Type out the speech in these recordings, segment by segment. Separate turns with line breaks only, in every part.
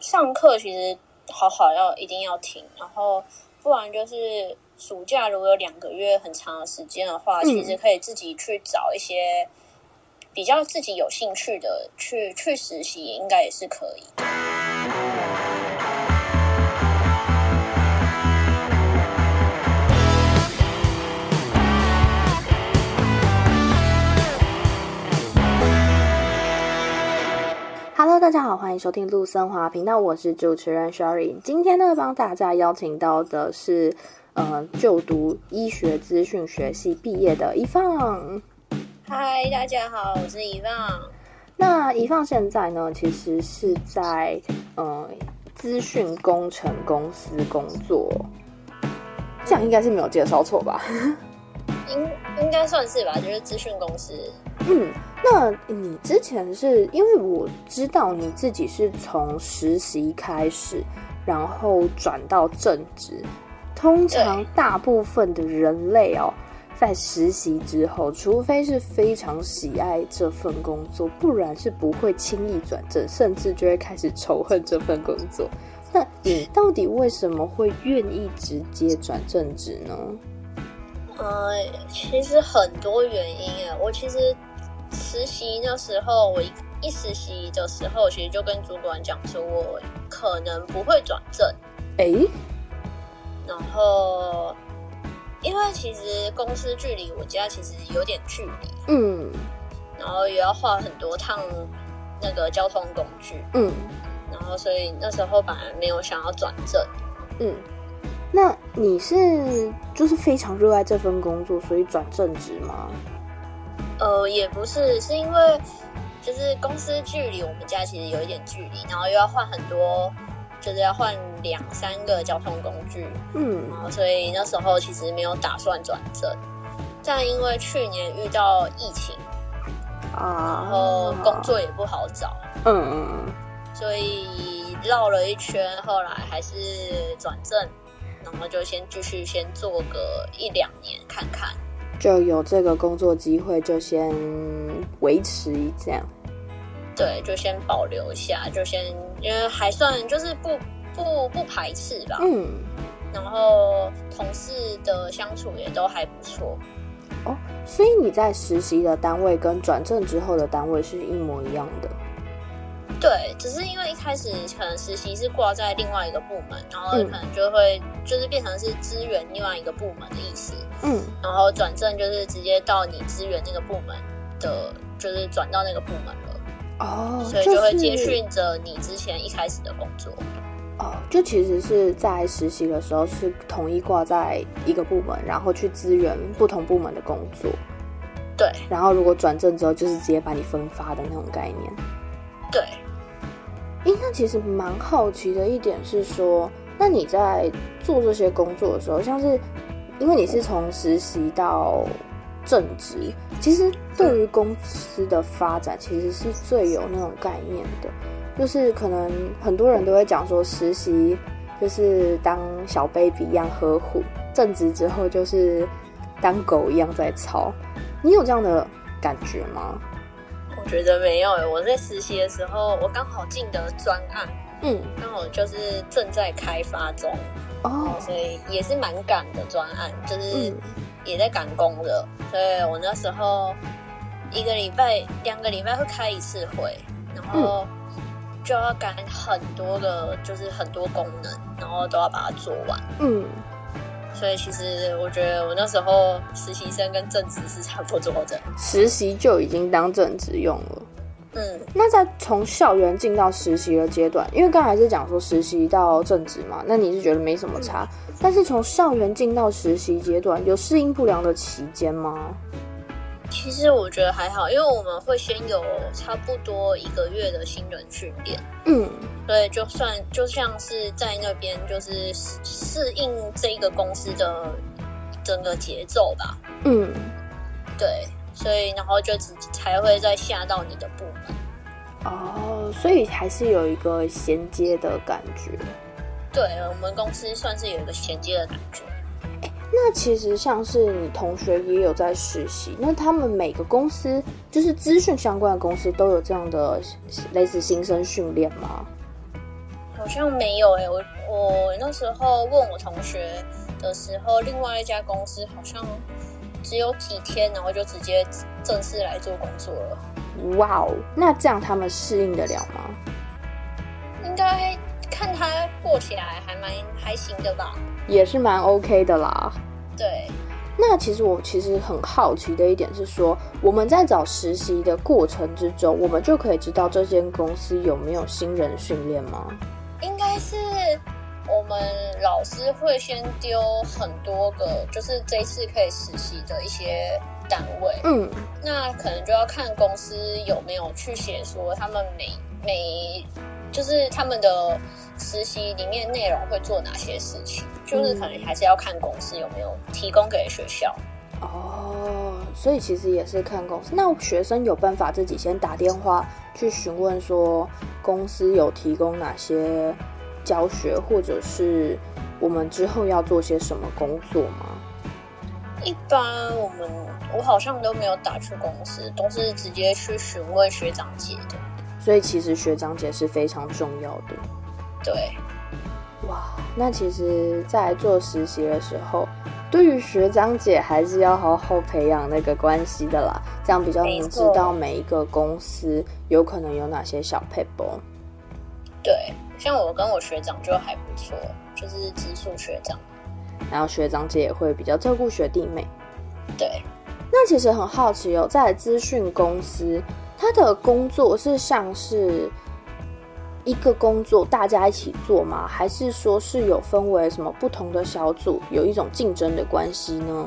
上课其实好好要一定要听，然后不然就是暑假如果有两个月很长的时间的话，
嗯
其实可以自己去找一些比较自己有兴趣的去去实习，应该也是可以。
Hello，大家好，欢迎收听陆森华频道，我是主持人 Sherry。今天呢，帮大家邀请到的是，呃，就读医学资讯学系毕业的一放。
嗨，大家好，我是遗忘。
那一放现在呢，其实是在呃资讯工程公司工作，这样应该是没有介绍错吧？
应应该算是吧，就是资讯公司。
嗯，那你之前是因为我知道你自己是从实习开始，然后转到正职。通常大部分的人类哦，在实习之后，除非是非常喜爱这份工作，不然是不会轻易转正，甚至就会开始仇恨这份工作。那你到底为什么会愿意直接转正职呢？
呃，其实很多原因啊。我其实实习那时候，我一一实习的时候，其实就跟主管讲说，我可能不会转正。
诶，
然后，因为其实公司距离我家其实有点距离，
嗯
然后也要花很多趟那个交通工具，
嗯，
然后所以那时候本来没有想要转正。
嗯，那你是就是非常热爱这份工作，所以转正职吗？
呃，也不是，是因为就是公司距离我们家其实有一点距离，然后又要换很多，就是要换两三个交通工具，
嗯
然后所以那时候其实没有打算转正。但因为去年遇到疫情，然
啊，
后呃工作也不好找，
嗯嗯
所以绕了一圈，后来还是转正，然后就先继续先做个一两年看看。
嗯，就有这个工作机会就先维持这样。
对，就先保留一下，就先因为还算就是不不不排斥吧，
嗯，
然后同事的相处也都还不错，
所以你在实习的单位跟转正之后的单位是一模一样的。
对，只是因为一开始可能实习是挂在另外一个部门，然后
嗯
可能就会就是变成是支援另外一个部门的意思，
嗯
然后转正就是直接到你支援那个部门的，就是转到那个部门了，
哦，
所以就会
是
接续着你之前一开始的工作。
哦，就其实是在实习的时候是统一挂在一个部门，然后去支援不同部门的工作。
对
然后如果转正之后，就是直接把你分发的那种概念。
对，
诶，那其实蛮好奇的一点是说，那你在做这些工作的时候，像是因为你是从实习到正职，其实对于公司的发展其实是最有那种概念的，就是可能很多人都会讲说，实习就是当小 baby 一样呵护，正职之后就是当狗一样在操，你有这样的感觉吗？
我觉得没有诶，欸我在实习的时候，我刚好进的专案，
嗯，
刚好就是正在开发中，
哦，
所以也是蛮赶的专案，就是
嗯
也在赶工的。所以我那时候一个礼拜、两个礼拜会开一次会，然后
嗯
就要赶很多个，就是很多功能，然后都要把它做完。
嗯。
所以其实我觉得我那时候实习生跟正职是差不多的。
实习就已经当正职用了。
嗯，
那在从校园进到实习的阶段，因为刚才是讲说实习到正职嘛，那你是觉得没什么差？但是从校园进到实习阶段，有适应不良的期间吗？
其实我觉得还好，因为我们会先有差不多一个月的新人训练，
嗯
所以就算就像是在那边就是适适应这一个公司的整个节奏吧，
嗯，
对，所以然后就只才会再下到你的部门，
哦，所以还是有一个衔接的感觉。
对我们公司算是有一个衔接的感觉。
那其实像是你同学也有在实习，那他们每个公司就是资讯相关的公司都有这样的类似新生训练吗？
好像没有哎、我我那时候问我同学的时候，另外一家公司好像只有几天，然后就直接正式来做工作了。
哇哦，那这样他们适应得了吗？
应该看他过起来还蛮还行的吧？
也是蛮 OK 的啦。
对，
那其实我其实很好奇的一点是说，我们在找实习的过程之中，我们就可以知道这间公司有没有新人训练吗？
应该是我们老师会先丢很多个，就是这一次可以实习的一些单位，
嗯，
那可能就要看公司有没有去写说他们每每就是他们的实习里面内容会做哪些事情，就是可能还是要看公司有没有提供给学校。
哦，所以其实也是看公司。那学生有办法自己先打电话去询问说公司有提供哪些教学，或者是我们之后要做些什么工作吗？
一般我们我好像都没有打去公司，都是直接去询问学长姐的。
所以其实学长姐是非常重要的。
对，
哇，那其实，在做实习的时候，对于学长姐还是要好好培养那个关系的啦，这样比较
没
能知
错
道每一个公司有可能有哪些小 p a p e
对，像我跟我学长就还不错，就是直属学长。
然后学长姐也会比较照顾学弟妹。
对，
那其实很好奇哦，在资讯公司，他的工作是像是一个工作大家一起做吗？还是说是有分为什么不同的小组，有一种竞争的关系呢？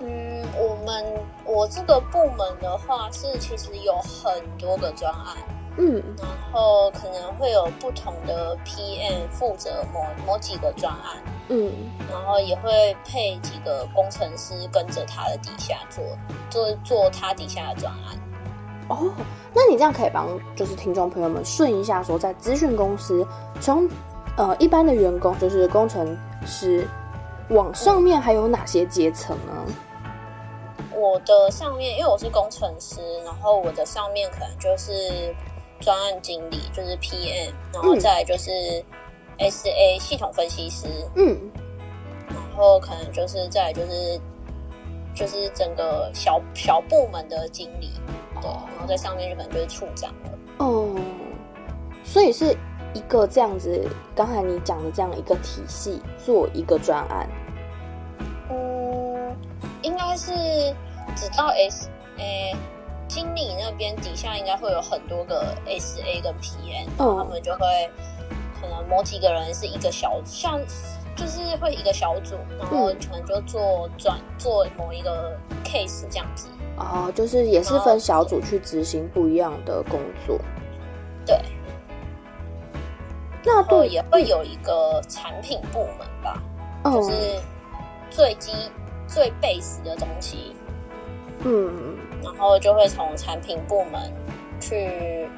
嗯，我们我这个部门的话是其实有很多个专案，
嗯，
然后可能会有不同的 PM 负责某某几个专案，
嗯，
然后也会配几个工程师跟着他的底下做做做他底下的专案。
哦，那你这样可以帮就是听众朋友们顺一下，说在资讯公司从呃一般的员工就是工程师往上面还有哪些阶层呢？
我的上面，因为我是工程师，然后我的上面可能就是专案经理，就是 PM，然后再来就是 SA 系统分析师，
嗯，
然后可能就是再来就是就是整个小小部门的经理，对，然后在上面就可能就是处长了。
哦，所以是一个这样子，刚才你讲的这样一个体系做一个专案，
嗯，应该是只到 S 诶、经理那边底下应该会有很多个 SA 跟 PM，他
嗯
们就会可能某几个人是一个小，像就是会一个小组，然后可能就做转做某一个 case 这样子。
哦，就是也是分小组去执行不一样的工作。
对，
那
然后
对
也会有一个产品部门吧，哦就
嗯
是最基最 base 的东西，
嗯
然后就会从产品部门去。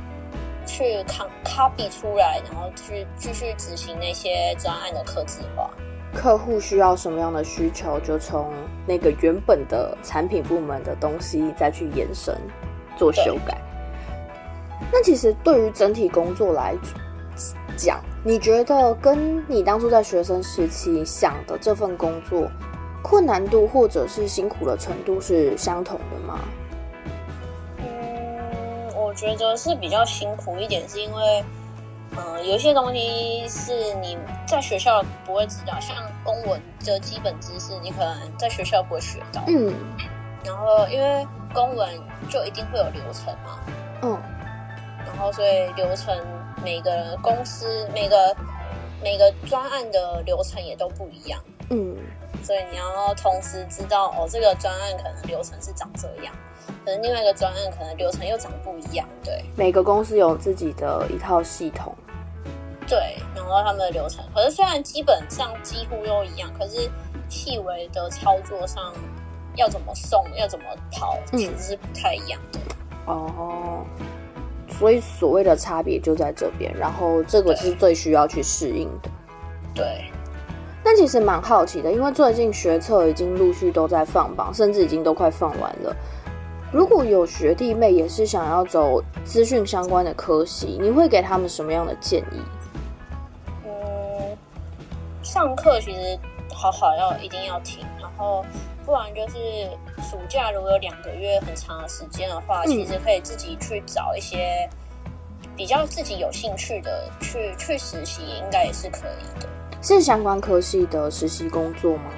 去 c copy 出来，然后去继续执行那些专案的客制化。
客户需要什么样的需求，就从那个原本的产品部门的东西再去延伸做修改。那其实对于整体工作来讲，你觉得跟你当初在学生时期想的这份工作困难度或者是辛苦的程度是相同的吗？
嗯，我觉得是比较辛苦一点，是因为，呃，有一些东西是你在学校不会知道，像公文的基本知识，你可能在学校不会学到。
嗯
然后，因为公文就一定会有流程嘛，
嗯
然后所以流程每个公司每个每个专案的流程也都不一样，
嗯
所以你要同时知道哦，这个专案可能流程是长这样，可能另外一个专案可能流程又长不一样，对。
每个公司有自己的一套系统。
对，然后他们的流程，可是虽然基本上几乎都一样，可是细微的操作上要怎么送，要怎么跑，
嗯
其实是不太一样的。
哦，所以所谓的差别就在这边，然后这个是最需要去适应的。
对，
那其实蛮好奇的，因为最近学测已经陆续都在放榜，甚至已经都快放完了。如果有学弟妹也是想要走资讯相关的科系，你会给他们什么样的建议？
上课其实好好要一定要听，然后不然就是暑假如果有两个月很长的时间的话，
嗯
其实可以自己去找一些比较自己有兴趣的去去实习，应该也是可以的。
是相关科系的实习工作吗？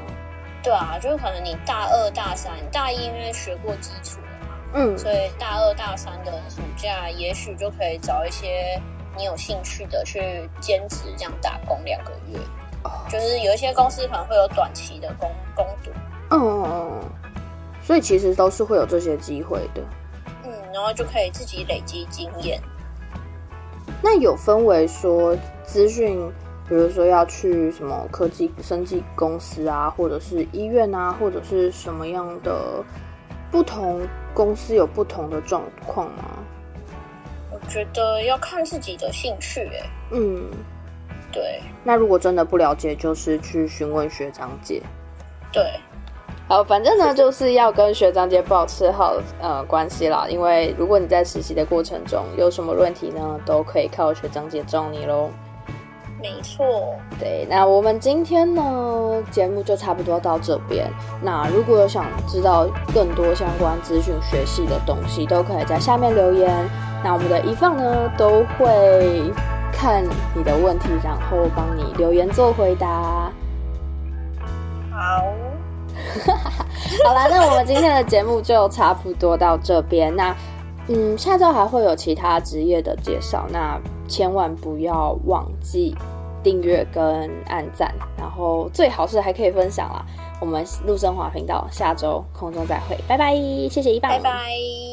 对啊，就是可能你大二大三，大一因为学过基础了嘛，
嗯，
所以大二大三的暑假也许就可以找一些你有兴趣的去兼职，这样打工两个月。
哦
就是有一些公司可能会有短期的工工读，
嗯嗯嗯，嗯所以其实都是会有这些机会的。
嗯，然后就可以自己累积经验。
那有分为说资讯，比如说要去什么科技、生技公司啊，或者是医院啊，或者是什么样的不同公司有不同的状况吗？
我觉得要看自己的兴趣、欸，
嗯，
对
那如果真的不了解，就是去询问学长姐。
对，
好，反正呢，就是要跟学长姐保持好呃关系啦，因为如果你在实习的过程中有什么问题呢，都可以靠学长姐罩你喽。
没错，
对，那我们今天呢节目就差不多到这边。那如果有想知道更多相关资讯、学系的东西，都可以在下面留言。那我们的一放呢都会看你的问题，然后帮你留言做回答。
好，
好啦，那我们今天的节目就差不多到这边。那嗯，下周还会有其他职业的介绍，那千万不要忘记订阅跟按赞，然后最好是还可以分享啦。我们陆生华频道下周空中再会，拜拜，谢谢一棒，
拜拜。